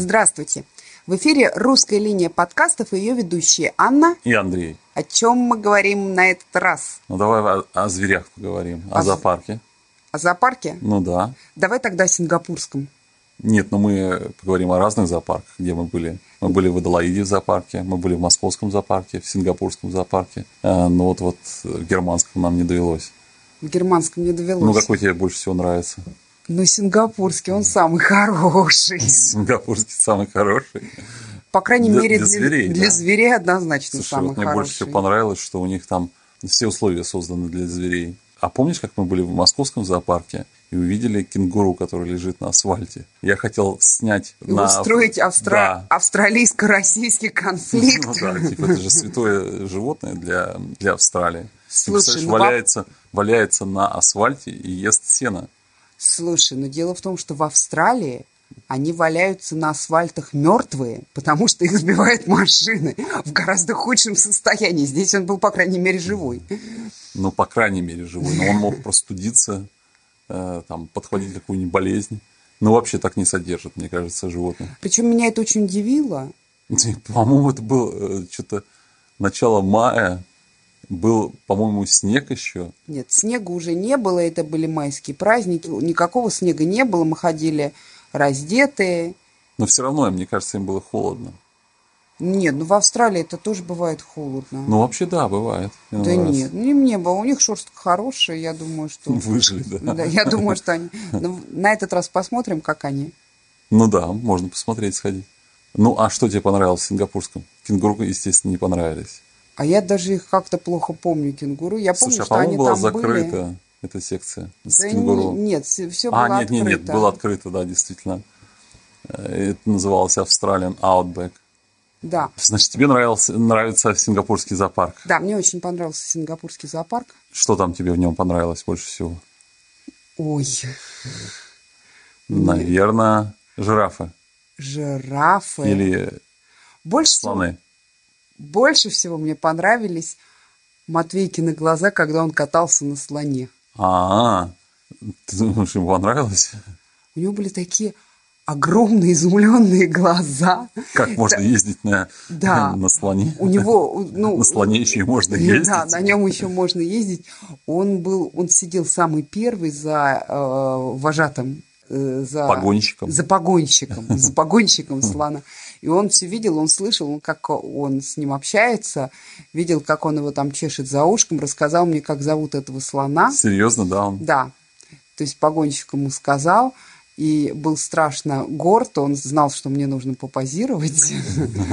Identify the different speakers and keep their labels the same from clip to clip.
Speaker 1: Здравствуйте. В эфире «Русская линия подкастов» и ее ведущие Анна.
Speaker 2: И Андрей.
Speaker 1: О чем мы говорим на этот раз?
Speaker 2: Ну давай о, о зверях поговорим, о,
Speaker 1: О А з-
Speaker 2: зоопарке.
Speaker 1: О зоопарке?
Speaker 2: Ну да.
Speaker 1: Давай тогда о сингапурском.
Speaker 2: Нет, но мы поговорим о разных зоопарках, где мы были. Мы были в Адалаиде в зоопарке, мы были в московском зоопарке, в сингапурском зоопарке. Э, Но вот, вот в германском нам не довелось.
Speaker 1: В германском не довелось.
Speaker 2: Ну, какой тебе больше всего нравится?
Speaker 1: Ну, сингапурский, он самый хороший.
Speaker 2: Сингапурский самый хороший.
Speaker 1: По крайней
Speaker 2: Для-
Speaker 1: мере,
Speaker 2: для зверей,
Speaker 1: для
Speaker 2: да.
Speaker 1: зверей однозначно
Speaker 2: Слушай,
Speaker 1: самый
Speaker 2: вот мне
Speaker 1: хороший.
Speaker 2: больше всего понравилось, что у них там все условия созданы для зверей. А помнишь, как мы были в московском зоопарке и увидели кенгуру, который лежит на асфальте? Я хотел снять
Speaker 1: И
Speaker 2: на...
Speaker 1: устроить австра-
Speaker 2: Да.
Speaker 1: австралийско-российский конфликт.
Speaker 2: Ну да, типа это же святое животное для, для Австралии. Ты
Speaker 1: Слушай,
Speaker 2: представляешь,
Speaker 1: ну, пап-
Speaker 2: валяется, валяется на асфальте и ест сено.
Speaker 1: Слушай, но дело в том, что в Австралии они валяются на асфальтах мертвые, потому что их сбивают машины в гораздо худшем состоянии. Здесь он был, по крайней мере, живой.
Speaker 2: Ну, по крайней мере, живой. Но он мог простудиться, э, там, подхватить какую-нибудь болезнь. Ну, вообще так не содержат, мне кажется, животных.
Speaker 1: Причем меня это очень удивило.
Speaker 2: По-моему, это было что-то начало мая. Был, по-моему, снег еще.
Speaker 1: Нет, снега уже не было, это были майские праздники. Никакого снега не было, мы ходили раздетые.
Speaker 2: Но все равно, мне кажется, им было холодно.
Speaker 1: Нет, ну в Австралии это тоже бывает холодно.
Speaker 2: Ну, вообще, да, бывает.
Speaker 1: да
Speaker 2: Иногда раз
Speaker 1: нет, ну, им не было. У них шерстка хорошая, я думаю, что...
Speaker 2: Выжили, да.
Speaker 1: Да, я думаю, что они... Ну, на этот раз посмотрим, как они.
Speaker 2: Ну да, можно посмотреть, сходить. Ну, а что тебе понравилось в сингапурском? Кенгуру, естественно, не понравились.
Speaker 1: А я даже их как-то плохо помню, кенгуру. Я помню,
Speaker 2: Слушай, а
Speaker 1: что они
Speaker 2: по-моему, была
Speaker 1: там
Speaker 2: закрыта
Speaker 1: были.
Speaker 2: эта секция с
Speaker 1: Да
Speaker 2: кенгуру.
Speaker 1: не- нет, все,
Speaker 2: а,
Speaker 1: было
Speaker 2: нет,
Speaker 1: открыто.
Speaker 2: нет, нет, было открыто, да, действительно. Э, Это называлось Australian Outback.
Speaker 1: Да.
Speaker 2: Значит, тебе нравился, нравится сингапурский зоопарк.
Speaker 1: да, мне очень понравился сингапурский зоопарк.
Speaker 2: Что там тебе в нем понравилось больше всего?
Speaker 1: Ой,
Speaker 2: Наверное, жирафы
Speaker 1: жирафы.
Speaker 2: или
Speaker 1: больше, всего,
Speaker 2: слоны.
Speaker 1: больше всего мне понравились Матвейкины глаза, когда он катался на слоне.
Speaker 2: А, ты думаешь, им понравилось?
Speaker 1: У него были такие огромные изумленные глаза.
Speaker 2: Как можно ездить на,
Speaker 1: Да.
Speaker 2: на слоне?
Speaker 1: У него, ну,
Speaker 2: На слоне еще и можно
Speaker 1: Ну
Speaker 2: ездить.
Speaker 1: Да, на нем еще можно ездить. Он был, он сидел самый первый за э, вожатым, э, за
Speaker 2: Погонщиком.
Speaker 1: за погонщиком, за погонщиком слона. И он все видел, он слышал, он как он с ним общается, видел, как он его там чешет за ушком, рассказал мне, как зовут этого слона.
Speaker 2: Серьезно, да, он
Speaker 1: Да, то есть погонщик ему сказал, и был страшно горд, он знал, что мне нужно попозировать,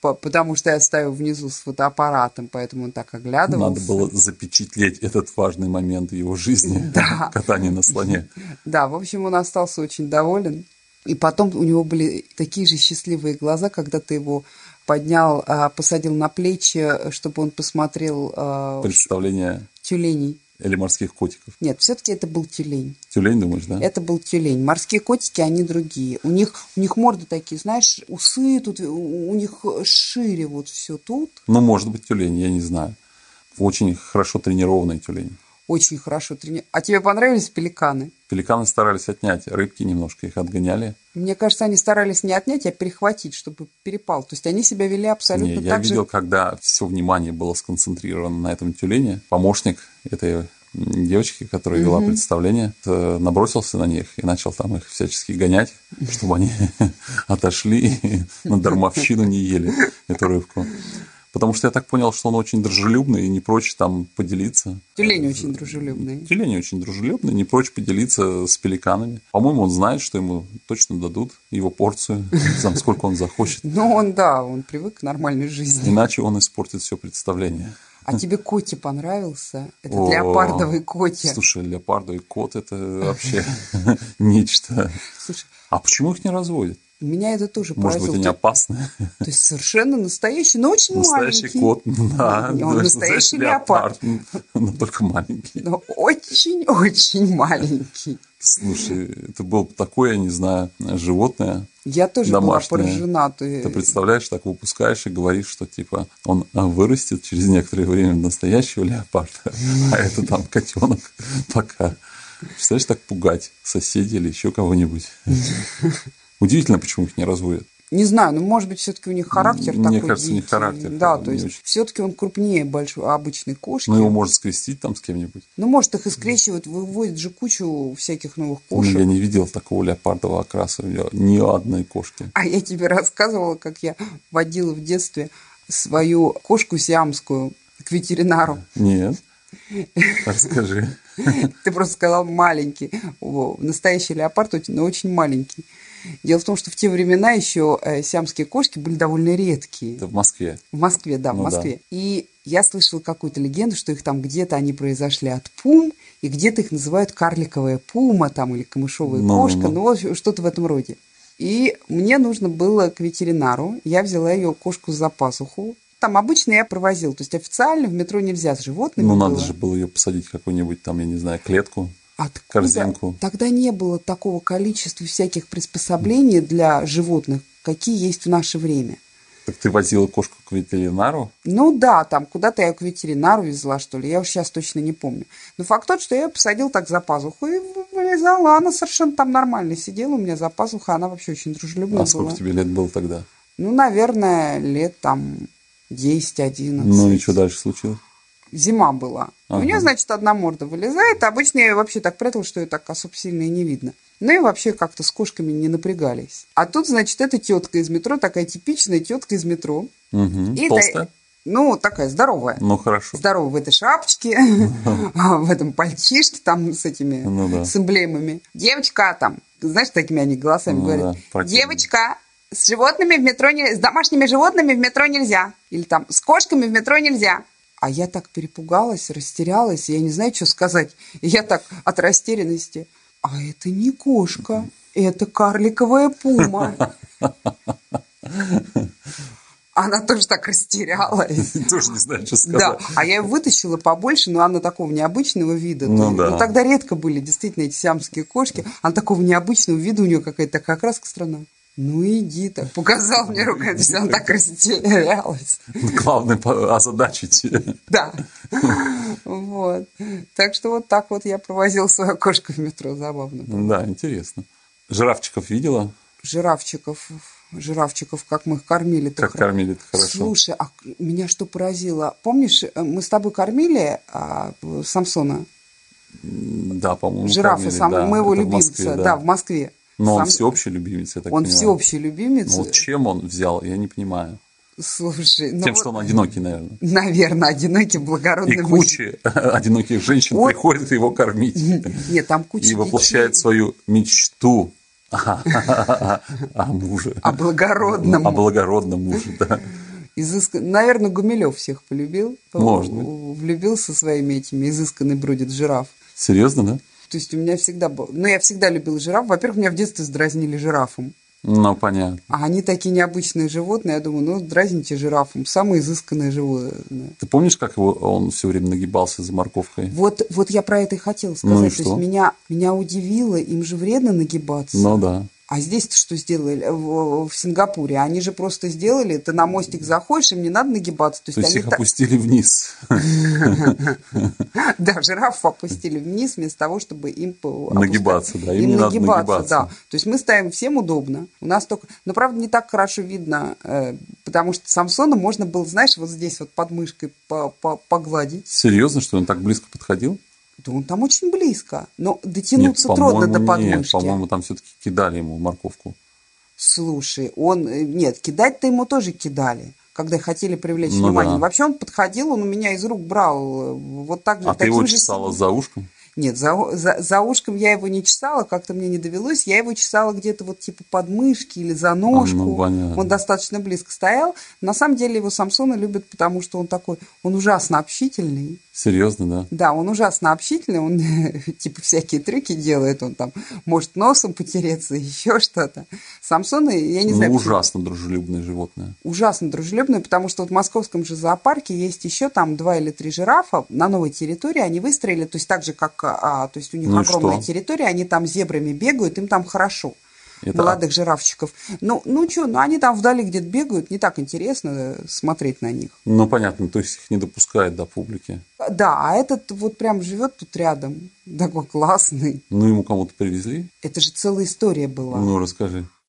Speaker 1: по- потому что я стою внизу с фотоаппаратом, поэтому он так
Speaker 2: надо
Speaker 1: оглядывался.
Speaker 2: было запечатлеть этот важный момент его жизни.
Speaker 1: Да.
Speaker 2: Катание на слоне.
Speaker 1: Да, в общем, он остался очень доволен. И потом у него были такие же счастливые глаза, когда ты его поднял, а, посадил на плечи, э, чтобы он посмотрел а,
Speaker 2: Представление
Speaker 1: тюленей.
Speaker 2: или морских котиков.
Speaker 1: Нет, все-таки это был тюлень.
Speaker 2: Тюлень, думаешь, да?
Speaker 1: Это был тюлень. Морские котики, они другие. У них, у них морды такие, знаешь, усы тут, у у них шире вот все тут.
Speaker 2: Ну, может быть, тюлень, я не знаю. Очень хорошо тренированный тюлень.
Speaker 1: Очень хорошо трени... А тебе понравились пеликаны?
Speaker 2: Пеликаны старались отнять, рыбки немножко их отгоняли.
Speaker 1: Мне кажется, они старались не отнять, а перехватить, чтобы перепал. То есть они себя вели абсолютно
Speaker 2: Не, я
Speaker 1: так
Speaker 2: видел,
Speaker 1: же.
Speaker 2: когда все внимание было сконцентрировано на этом тюлене, помощник этой м, девочки, которая вела представление, э, набросился на них и начал там их всячески гонять, чтобы они отошли и на дармовщину не ели эту рыбку. Потому что я так понял, что он очень дружелюбный и не прочь там поделиться.
Speaker 1: Тюлени очень дружелюбные.
Speaker 2: Тюлень очень дружелюбный, не прочь поделиться с пеликанами. По-моему, он знает, что ему точно дадут его порцию, там сколько он захочет.
Speaker 1: Ну, он, да, он привык к нормальной жизни.
Speaker 2: Иначе он испортит все представление.
Speaker 1: А тебе Коти понравился? Этот
Speaker 2: О,
Speaker 1: леопардовый Коти.
Speaker 2: Слушай, леопардовый кот это вообще нечто.
Speaker 1: Слушай,
Speaker 2: А почему их не разводят?
Speaker 1: меня это тоже
Speaker 2: Может быть,
Speaker 1: поразило.
Speaker 2: они
Speaker 1: То-
Speaker 2: опасны?
Speaker 1: То есть совершенно настоящий, но очень
Speaker 2: Настоящий
Speaker 1: Ну, маленький.
Speaker 2: кот, да.
Speaker 1: Он
Speaker 2: да,
Speaker 1: настоящий леопард.
Speaker 2: леопард, Но только маленький.
Speaker 1: Но Ну, очень-очень маленький.
Speaker 2: Слушай, это было бы такое, я не знаю, животное.
Speaker 1: Я тоже
Speaker 2: Домашняя.
Speaker 1: была поражена. Ты-
Speaker 2: Ты представляешь, так выпускаешь и говоришь, что типа он а, вырастет через некоторое время в настоящего леопарда, а это там котенок пока. Представляешь, так пугать соседей или еще кого-нибудь. Удивительно, почему их не разводят.
Speaker 1: Не знаю, но может быть все-таки у них характер
Speaker 2: Мне
Speaker 1: такой.
Speaker 2: кажется, у них
Speaker 1: дикий.
Speaker 2: характер
Speaker 1: Да,
Speaker 2: такой
Speaker 1: то
Speaker 2: не
Speaker 1: есть
Speaker 2: очень.
Speaker 1: все-таки он крупнее большой обычной кошки.
Speaker 2: Ну, его можно скрестить там с кем-нибудь.
Speaker 1: Ну, может, их и скрещивают, выводят же кучу всяких новых
Speaker 2: Ну,
Speaker 1: кошек.
Speaker 2: Я не видел такого леопардового окраса у него, ни у одной кошки.
Speaker 1: А я тебе рассказывала, как я водила в детстве свою кошку сиамскую к ветеринару.
Speaker 2: Нет. Расскажи.
Speaker 1: Ты просто сказал маленький. Во, Настоящий леопард, очень- но очень маленький. Дело в том, что в те времена еще э, сиамские кошки были довольно редкие.
Speaker 2: Это в Москве.
Speaker 1: В Москве, да, в
Speaker 2: Ну да.
Speaker 1: Москве. И я слышала какую-то легенду, что их там где-то они произошли от пум, и где-то их называют карликовая пума там или камышовая
Speaker 2: Ну, ну,
Speaker 1: кошка,
Speaker 2: ну.
Speaker 1: ну, в общем, что-то в этом роде. И мне нужно было к ветеринару. Я взяла ее кошку за пасуху. Там обычно я провозила. То есть официально в метро нельзя с животными
Speaker 2: Ну,
Speaker 1: было.
Speaker 2: надо же было ее посадить в какую-нибудь там, я не знаю, клетку.
Speaker 1: Откуда?
Speaker 2: корзинку.
Speaker 1: Тогда не было такого количества всяких приспособлений для животных, какие есть в наше время.
Speaker 2: Так ты возила кошку к ветеринару?
Speaker 1: Ну да, там куда-то я к ветеринару везла, что ли, я уж сейчас точно не помню. Но факт тот, что я ее посадил так за пазуху и вылезала, она совершенно там нормально сидела у меня за пазухой, она вообще очень дружелюбная
Speaker 2: а сколько
Speaker 1: была.
Speaker 2: тебе лет было тогда?
Speaker 1: Ну, наверное, лет там 10-11.
Speaker 2: Ну и что дальше случилось?
Speaker 1: Зима была. У
Speaker 2: Ага.
Speaker 1: нее, значит, одна морда вылезает, обычно я ее вообще так прятала, что ее так особо сильно и не видно. Ну и вообще как-то с кошками не напрягались. А тут, значит, эта тетка из метро, такая типичная тетка из метро.
Speaker 2: Мгм.
Speaker 1: И
Speaker 2: Толстая?
Speaker 1: та- Ну, такая здоровая.
Speaker 2: Ну хорошо.
Speaker 1: здорово в этой шапочке, в этом пальчишке там с этими,
Speaker 2: Ну да.
Speaker 1: с эмблемами. Девочка там, знаешь, такими они голосами
Speaker 2: Ну
Speaker 1: говорят.
Speaker 2: да, противно.
Speaker 1: Девочка, с животными в метро не... с домашними животными в метро нельзя. Или там, с кошками в метро нельзя. А я так перепугалась, растерялась, я не знаю, что сказать. И я так от растерянности. А это не кошка, это карликовая пума. Она тоже так растерялась.
Speaker 2: Тоже не знаю, что
Speaker 1: Да,
Speaker 2: сказать.
Speaker 1: а я ее вытащила побольше, но она такого необычного вида.
Speaker 2: Ну
Speaker 1: То есть,
Speaker 2: да.
Speaker 1: тогда редко были действительно эти сиамские кошки. Она такого необычного вида, у нее какая-то такая краска странная. Ну иди так, показал мне рукой, то есть она так растерялась.
Speaker 2: Ну, Главное по- озадачить.
Speaker 1: Да. Вот. Так что вот так вот я провозила свою кошку в метро, забавно.
Speaker 2: Да, интересно. Жирафчиков видела?
Speaker 1: Жирафчиков, жирафчиков, как мы их кормили.
Speaker 2: Как кормили это хорошо?
Speaker 1: Слушай, а к- меня что поразило? Помнишь, э, мы с тобой кормили а, б- Самсона?
Speaker 2: Да, по-моему,
Speaker 1: Жирафа,
Speaker 2: кормили,
Speaker 1: сам,
Speaker 2: Ну, да.
Speaker 1: моего
Speaker 2: Это в
Speaker 1: любимца,
Speaker 2: Москве,
Speaker 1: да. в Москве.
Speaker 2: Но он
Speaker 1: Сам-
Speaker 2: всеобщий любимец, я так
Speaker 1: он
Speaker 2: понимаю.
Speaker 1: всеобщий любимец.
Speaker 2: Ну, вот чем он взял, я не понимаю.
Speaker 1: Слушай, ну
Speaker 2: Тем,
Speaker 1: вот,
Speaker 2: что он одинокий, наверное.
Speaker 1: наверное, одинокий
Speaker 2: И
Speaker 1: благородный мужчина.
Speaker 2: куча одиноких женщин
Speaker 1: Он-
Speaker 2: приходит его кормить.
Speaker 1: Нет, там куча
Speaker 2: И воплощает
Speaker 1: детей.
Speaker 2: свою мечту А о муже.
Speaker 1: О а благородном.
Speaker 2: О благородном муже, да.
Speaker 1: Изыска- Наверное, Гумилев всех полюбил.
Speaker 2: Может
Speaker 1: Влюбился своими этими изысканный бродит жираф.
Speaker 2: Серьезно, да?
Speaker 1: То есть у меня всегда был... Ну, я всегда любила жираф. Во-первых, меня в детстве дразнили жирафом.
Speaker 2: Ну, понятно.
Speaker 1: А они такие необычные животные. Я думаю, ну, дразните жирафом. Самые изысканные животные.
Speaker 2: Ты помнишь, как его, он все время нагибался за морковкой?
Speaker 1: Вот, вот я про это и хотела сказать.
Speaker 2: Ну и
Speaker 1: То
Speaker 2: что?
Speaker 1: есть меня, меня удивило, им же вредно нагибаться.
Speaker 2: Ну да.
Speaker 1: А здесь-то что сделали Э, в, в Сингапуре? Они же просто сделали, ты на мостик заходишь, им не надо нагибаться. То есть,
Speaker 2: То есть
Speaker 1: они
Speaker 2: их
Speaker 1: так-
Speaker 2: опустили вниз.
Speaker 1: да, жирафов опустили вниз вместо того, чтобы им по-
Speaker 2: Нагибаться,
Speaker 1: опускать-
Speaker 2: да, им не надо нагибаться.
Speaker 1: да. То есть мы ставим всем удобно. У нас только, но правда не так хорошо видно, э, потому что Самсона можно было, знаешь, вот здесь вот под мышкой по- по- погладить.
Speaker 2: Серьезно, что он так близко подходил?
Speaker 1: Да он там очень близко, но дотянуться
Speaker 2: по-моему,
Speaker 1: ну, трудно до
Speaker 2: нет.
Speaker 1: подмышки.
Speaker 2: По-моему, там все-таки кидали ему морковку.
Speaker 1: Слушай, он... э, Нет, кидать-то ему тоже кидали, когда хотели привлечь
Speaker 2: Ну
Speaker 1: внимание.
Speaker 2: да.
Speaker 1: Вообще он подходил, он у меня из рук брал э, вот так же.
Speaker 2: А ты
Speaker 1: таким
Speaker 2: его
Speaker 1: же
Speaker 2: чесала
Speaker 1: силой.
Speaker 2: за ушком?
Speaker 1: Нет, за, у- за, за ушком я его не чесала, как-то мне не довелось. Я его чесала где-то вот типа под мышки или за ножку.
Speaker 2: А, ну, понятно.
Speaker 1: он достаточно близко стоял. На самом деле его Самсона любят, потому что он такой... Он ужасно общительный.
Speaker 2: Серьезно, да?
Speaker 1: Да, он ужасно общительный, он типа всякие трюки делает, он там может носом потереться, еще что-то. Самсона, я не
Speaker 2: ну,
Speaker 1: знаю, почему-
Speaker 2: ужасно дружелюбное животное.
Speaker 1: ужасно дружелюбные, потому что вот в московском же зоопарке есть еще там два или три жирафа на новой территории, они выстроили, то есть так же, как, а, то есть у них
Speaker 2: Ну и
Speaker 1: огромная
Speaker 2: что?
Speaker 1: территория, они там зебрами бегают, им там хорошо.
Speaker 2: Это- а,
Speaker 1: молодых жирафчиков. Ну, ну что, ну они там вдали где-то бегают, не так интересно э, смотреть на них.
Speaker 2: Ну, понятно, то есть их не допускают до публики.
Speaker 1: Да, а этот вот прям живет тут рядом, такой классный.
Speaker 2: Ну, ему кому-то привезли?
Speaker 1: Это же целая история была.
Speaker 2: Ну, расскажи.